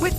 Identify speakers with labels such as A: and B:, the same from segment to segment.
A: With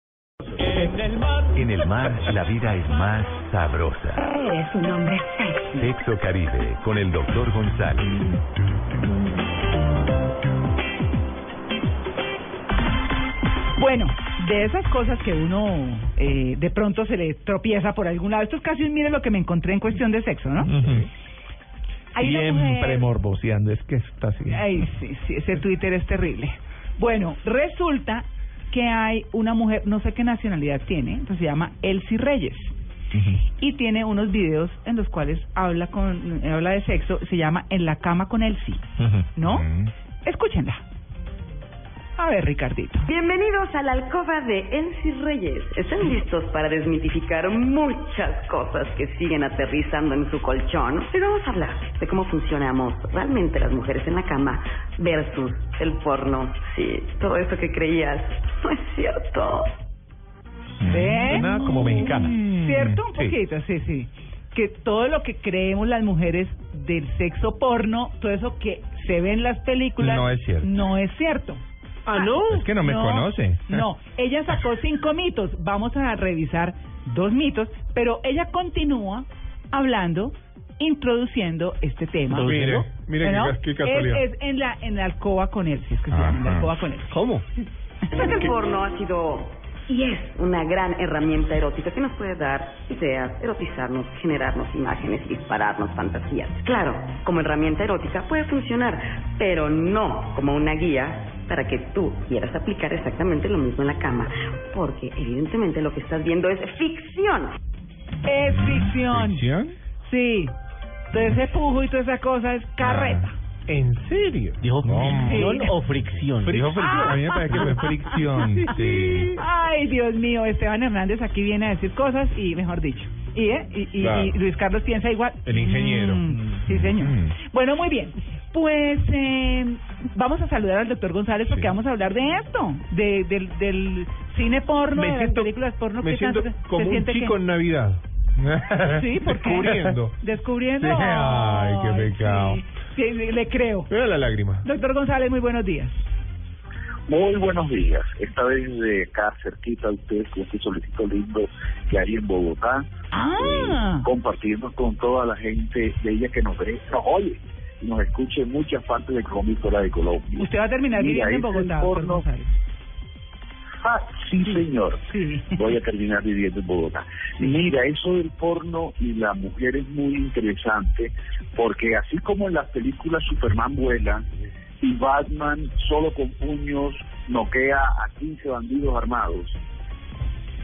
B: En el mar.
C: En el mar, la vida es más sabrosa.
D: Eres un hombre sexy.
C: Sexo Caribe con el doctor González.
E: Bueno, de esas cosas que uno eh, de pronto se le tropieza por algún lado. Esto es casi, un miren lo que me encontré en cuestión de sexo, ¿no? Hay una
F: Siempre
E: mujer-
F: morboseando, es que está así.
E: Ay, sí, sí, ese Twitter es terrible. Bueno, resulta que hay una mujer, no sé qué nacionalidad tiene, entonces se llama Elsie Reyes. Y tiene unos videos en los cuales habla con habla de sexo, se llama En la cama con Elsie, ¿no? Escúchenla. A ver, Ricardito.
D: Bienvenidos a la alcoba de Ensi Reyes. ¿Están listos para desmitificar muchas cosas que siguen aterrizando en su colchón? Hoy vamos a hablar de cómo funcionamos realmente las mujeres en la cama versus el porno. Sí, todo eso que creías no es cierto.
E: ¿Ven?
F: Suena como mexicana.
E: ¿Cierto? Un
F: Sí.
E: poquito, sí, sí. Que todo lo que creemos las mujeres del sexo porno, todo eso que se ve en las películas,
F: No es cierto.
E: No es cierto.
F: Ah, no. Es que no me conoce.
E: No, ella sacó cinco mitos. Vamos a revisar dos mitos, pero ella continúa hablando, introduciendo este tema.
F: Mire,
E: mire qué, casualidad. Es, en la en la alcoba con él, si es que se llama, en la
F: Ajá.
E: alcoba con él.
F: ¿Cómo?
D: Creo que Pues el porno ha sido y es una gran herramienta erótica que nos puede dar ideas, erotizarnos, generarnos imágenes y dispararnos fantasías. Claro, como herramienta erótica puede funcionar, pero no como una guía para que tú quieras aplicar exactamente lo mismo en la cama, porque evidentemente lo que estás viendo es ficción.
E: Es ficción.
F: ¿Ficción?
E: Sí. Todo ese pujo y toda esa cosa es carreta.
G: Ah.
F: Ah. ¿En serio? ¿Dijo
E: fricción
F: o fricción? Dijo fricción. A mí me parece que fue fricción. Sí.
E: Ay, Dios mío, Esteban Hernández aquí viene a decir cosas y, mejor dicho, y, eh, y, y-
F: Claro.
E: y Luis Carlos piensa igual.
F: El ingeniero.
E: Mm, sí, señor.
F: Mm.
E: Bueno, muy bien. Pues eh, vamos a saludar al doctor González porque
F: Sí.
E: vamos a hablar de esto, de, del, del cine porno, de las películas porno.
F: me
E: ¿qué
F: siento
E: tanto se-
F: como
E: se
F: un
E: siente que-
F: chico en Navidad.
E: Sí, porque...
F: Descubriendo.
E: Descubriendo.
F: Sí, ay, qué
E: Ay,
F: pecado.
E: sí. Sí, sí, le creo.
F: Mira la lágrima.
E: Doctor González, muy buenos días.
G: Muy buenos días. Esta vez de acá cerquita a ustedes con este solicito lindo que hay en Bogotá,
E: Ah,
G: compartiendo con toda la gente de ella que nos ve, nos oye y nos escuche en muchas partes de Colombia y fuera de Colombia.
E: usted va a terminar
G: Mira,
E: viviendo en
G: ese
E: Bogotá, pues, doctor
G: porno-
E: González.
G: Ah, sí, señor.
E: Sí.
G: Voy a terminar viviendo en Bogotá. Mira, eso del porno y la mujer es muy interesante porque así como en las películas Superman vuela y Batman solo con puños noquea a 15 bandidos armados,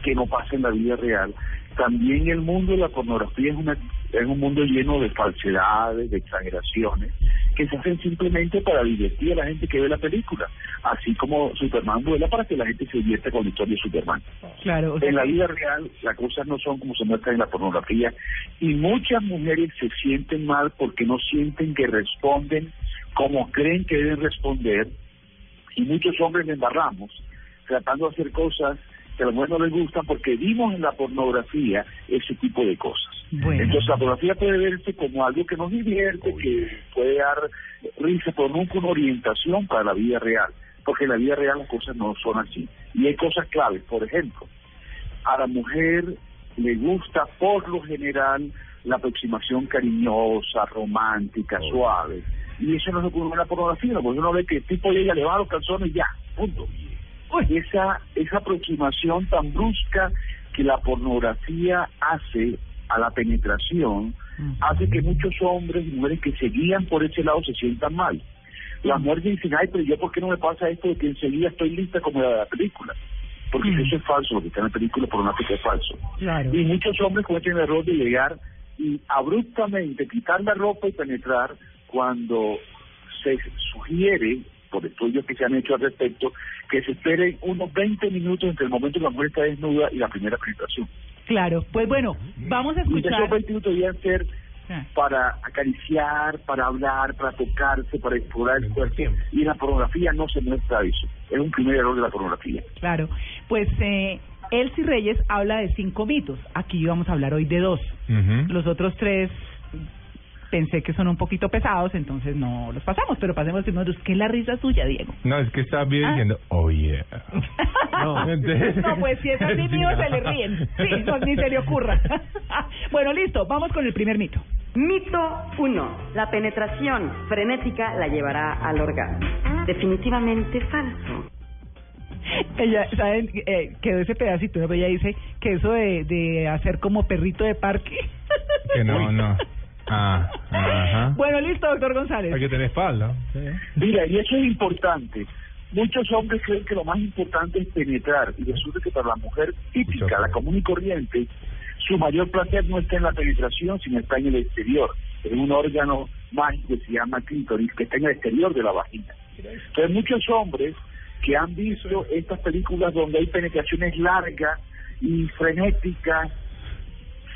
G: que no pasa en la vida real, también el mundo de la pornografía es, una, es un mundo lleno de falsedades, de exageraciones, que se hacen simplemente para divertir a la gente que ve la película, así como Superman vuela para que la gente se divierta con la historia de Superman.
E: Claro, o sea,
G: En la vida real las cosas no son como se muestran en la pornografía y muchas mujeres se sienten mal porque no sienten que responden como creen que deben responder y muchos hombres le embarramos tratando de hacer cosas que a los mujeres no les gustan porque vimos en la pornografía ese tipo de cosas.
E: Bueno.
G: Entonces la pornografía puede verse como algo que nos divierte, que puede dar risa, pero nunca una orientación para la vida real, porque en la vida real las cosas no son así. Y hay cosas claves, por ejemplo, a la mujer le gusta por lo general la aproximación cariñosa, romántica, suave. Y eso no se ocurre en la pornografía, porque uno ve que el tipo llega, le baja los calzones y ya, punto. Esa, esa aproximación tan brusca que la pornografía hace a la penetración, hace que muchos hombres y mujeres que se guían por ese lado se sientan mal. Las mujeres dicen, ay, pero yo, ¿por qué no me pasa esto de que enseguida estoy lista como la de la película? Porque eso es falso, lo que está en la película pornográfica es falso.
E: claro.
G: Y muchos hombres cometen el error de llegar y abruptamente quitar la ropa y penetrar cuando se sugiere
H: por estudios que se han hecho al respecto, que se esperen unos 20 minutos entre el momento en que la mujer está desnuda y la primera penetración.
E: Claro, pues bueno, vamos a
H: Y que esos
E: escuchar.
H: 20 minutos deberían ser
E: Ah.
H: para acariciar, para hablar, para tocarse, para explorar el cuerpo. Y en la pornografía no se muestra eso. Es un primer error de la pornografía.
E: Claro, pues eh, Elsie Reyes habla de cinco mitos. Aquí vamos a hablar hoy de dos.
G: Ujú.
E: Los otros tres pensé que son un poquito pesados, entonces no los pasamos, pero pasemos primero. ¿Qué es la risa suya, Diego?
G: No, es que estaba bien
E: Ah.
G: diciendo, oh yeah.
E: No, pues si es así mío, se le ríen. Sí, no, ni se le ocurra. bueno, listo, vamos con el primer mito.
D: Mito 1. La penetración frenética la llevará al orgasmo. Definitivamente falso.
E: Ella, ¿saben? Eh, quedó ese pedacito, ¿no? Pero ella dice que eso de, de hacer como perrito de parque.
G: Que no, no. Ah, ajá.
E: Bueno, listo, doctor González.
G: Hay que tener espalda.
H: Mira, y eso es importante. Muchos hombres creen que lo más importante es penetrar y resulta que para la mujer típica, la común y corriente, su mayor placer no está en la penetración, sino está en el exterior, en un órgano mágico que se llama clítoris, que está en el exterior de la vagina. Entonces muchos hombres que han visto estas películas donde hay penetraciones largas y frenéticas,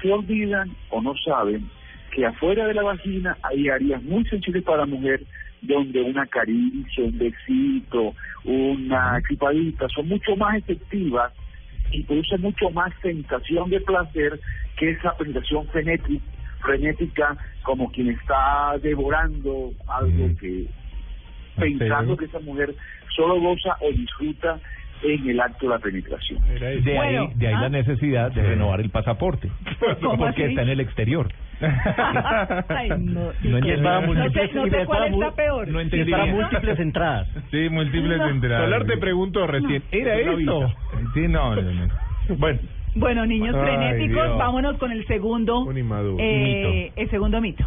H: se olvidan o no saben que afuera de la vagina hay áreas muy sensibles para la mujer donde una caricia, un besito, una equipadita son mucho más efectivas y producen mucho más sensación de placer que esa penetración frenética, frenética como quien está devorando algo
G: Mm.
H: que pensando
G: Ujú.
H: que esa mujer solo goza o disfruta en el acto de la penetración.
I: De
E: Bueno,
I: ahí, de ahí
E: ¿ah?
I: la necesidad de renovar el pasaporte.
E: ¿Cómo
I: Porque
E: así?
I: está en el exterior.
E: Ay, no,
I: No
E: Dios.
I: entiendo.
E: no sé, no sé cuál está peor.
I: No entendí. Para múltiples entradas.
G: Sí, múltiples entradas. Solar te pregunto recién, ¿era eso? Sí, no, no, no. Bueno,
E: Bueno, niños
G: Ay,
E: frenéticos,
G: Dios.
E: vámonos con el segundo
G: Un inmaduro.
E: eh, el segundo mito.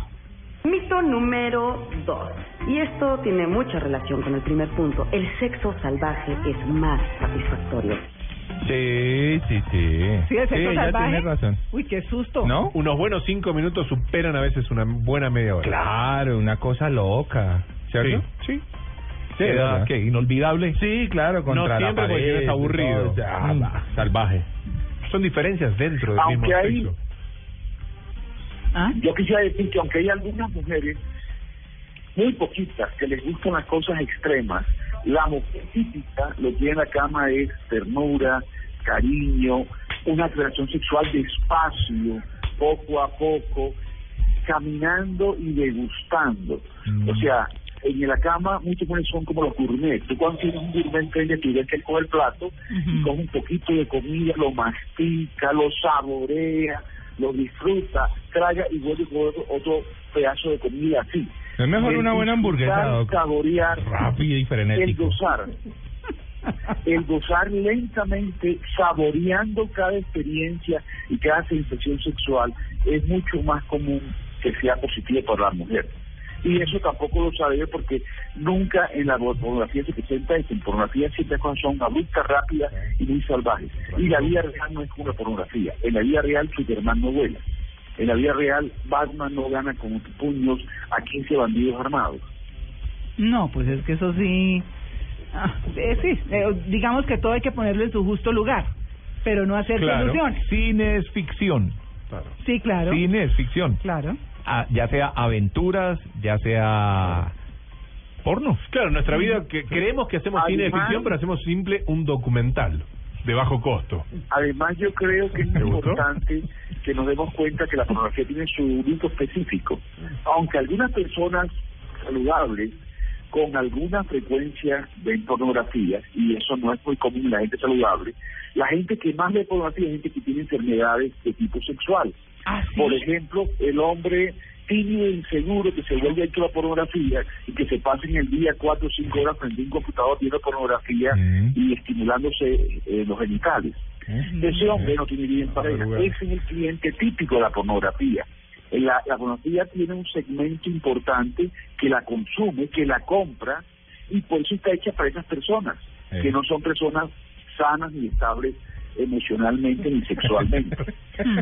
D: Mito número 2. Y esto tiene mucha relación con el primer punto. El sexo salvaje es más satisfactorio.
G: sí, sí, sí.
E: Sí, el sexo
G: ya
E: salvaje.
G: tienes razón.
E: Uy, qué susto.
G: ¿No? Unos buenos cinco minutos superan a veces una buena media hora. Claro, una cosa loca. ¿Cierto? Sí.
I: Queda, ¿qué? Inolvidable.
G: Sí, claro, contra
I: no
G: la
I: siempre porque
G: pared,
I: eres aburrido.
G: todo. Ya,
I: Mm,
G: va.
I: Salvaje.
G: Son diferencias dentro del
H: Aunque
G: mismo
H: hay-
G: sexo.
E: ¿Ah?
H: Yo quisiera decir que aunque hay algunas mujeres, muy poquitas, que les gustan las cosas extremas, la mujer típica lo que tiene en la cama es ternura, cariño, una relación sexual despacio, poco a poco, caminando y degustando. O sea, en la cama muchos mujeres son como los gourmet. Tú cuando tienes un gourmet frente, tú ves que él coge el plato y coge un poquito de comida, lo mastica, lo saborea, lo disfruta, traga y vuelve con otro, otro pedazo de comida así.
G: Es mejor
H: El
G: una buena hamburguesa,
H: disfrutar,
G: doc.
H: saborear,
G: Rápido y
H: el
G: frenético.
H: gozar. El gozar lentamente, saboreando cada experiencia y cada sensación sexual, es mucho más común que sea positivo para la mujer. Y eso tampoco lo sabe porque nunca en la pornografía se presenta esto. En pornografía siempre las cosas son abruptas, rápidas y muy salvajes. Y la vida real no es como la pornografía. En la vida real Superman no vuela. En la vida real Batman no gana con puños a 15 bandidos armados.
E: No, pues es que eso sí. ah, eh, sí, eh, digamos que todo hay que ponerlo en su justo lugar, pero no hacer
G: Claro.
E: soluciones.
I: Cine es ficción.
E: Sí, claro.
I: Cine es ficción.
E: Claro.
I: Ah, ya sea aventuras, ya sea porno.
G: Claro, en nuestra vida que creemos que hacemos cine de
H: Además-
G: ficción, pero hacemos simple un documental de bajo costo.
H: Además, yo creo que es
G: ¿Te gustó?
H: importante que nos demos cuenta que la pornografía tiene su grupo específico. Aunque algunas personas saludables con alguna frecuencia ven pornografía, y eso no es muy común en la gente saludable, la gente que más ve pornografía es gente que tiene enfermedades de tipo sexual.
E: Ah, sí.
H: Por ejemplo, el hombre tímido e inseguro que se vuelve adicto a la pornografía y que se pasa en el día cuatro o cinco horas frente a un computador viendo pornografía
G: Mm.
H: y estimulándose eh, los genitales. Ese hombre no tiene vida en pareja.
G: Madrugada.
H: Ese es el cliente típico de la pornografía. La, la pornografía tiene un segmento importante que la consume, que la compra, y por eso está hecha para esas personas,
G: Eh.
H: que no son personas sanas ni estables emocionalmente ni sexualmente.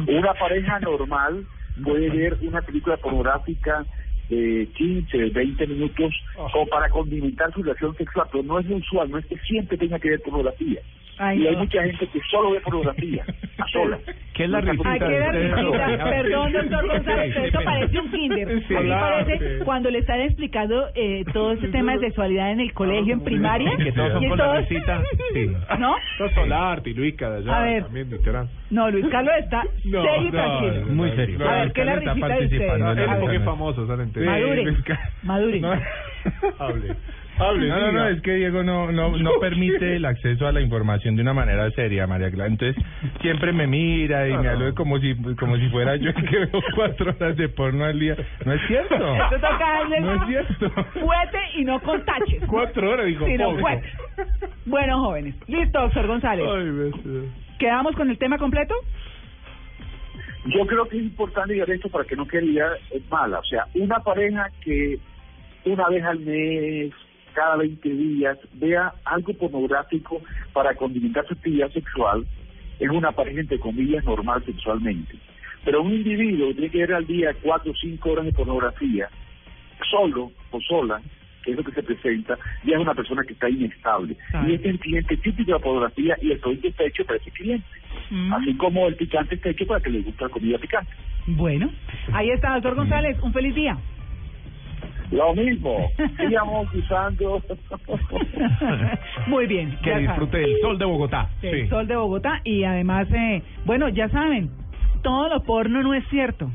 H: una pareja normal puede ver una película pornográfica de 15, 20 minutos como para condimentar su relación sexual, pero no es lo usual, no es que siempre tenga que ver pornografía.
E: Ay,
H: y hay
E: no.
H: mucha gente que solo ve pornografía, a solas.
I: ¿Qué es la risita?
E: Ay, qué risita. Perdón, doctor González, pero esto
I: Sí,
E: parece un kinder.
I: Sí.
E: A mí parece
I: Sí.
E: cuando le están explicando eh, todo ese tema de sexualidad en el colegio, en primaria.
I: Que todos son
E: y
I: con la
E: todos-
I: risita. Sí.
E: ¿No?
G: Solar, Tiluica, de allá,
E: A ver.
G: también de Terán.
E: No, Luis Carlos está serio y tranquilo.
G: Muy serio.
E: A ver, ¿qué es la risita de ustedes? A
G: Él
E: ver.
G: porque es famoso, salen en tele.
E: Madure, madure.
G: Hable.
I: no, no, no, es que Diego no, no, no permite el acceso a la información de una manera seria, María Clara. Entonces, siempre me mira y me habla como si, como si fuera yo el que veo cuatro horas de porno al día. No es cierto.
E: Esto toca darle
I: No es cierto.
E: fuete y no con taches.
G: Cuatro horas, digo,
E: Sino
G: pobre.
E: fuete. Bueno, jóvenes. Listo, doctor González.
G: Ay, bestia.
E: ¿Quedamos con el tema completo?
H: Yo creo que es importante llegar a esto para que no quede la idea eh, mala. O sea, una pareja que una vez al mes, cada 20 días, vea algo pornográfico para condimentar su actividad sexual, es una pareja, entre comillas, normal sexualmente. Pero un individuo que tiene que ver al día cuatro o cinco horas de pornografía, solo o sola, que es lo que se presenta, ya es una persona que está inestable. Y este es el cliente típico de la pornografía y el producto está hecho para ese cliente.
I: Mm.
H: Así como el picante está hecho para que le guste la comida picante.
E: Bueno, ahí está, doctor González. Un feliz día.
H: Lo mismo, sigamos usando.
E: Muy bien.
I: Que
E: ya saben.
I: disfrute del sol de Bogotá.
E: El sol de Bogotá y además, eh, bueno, ya saben, todo lo porno no es cierto.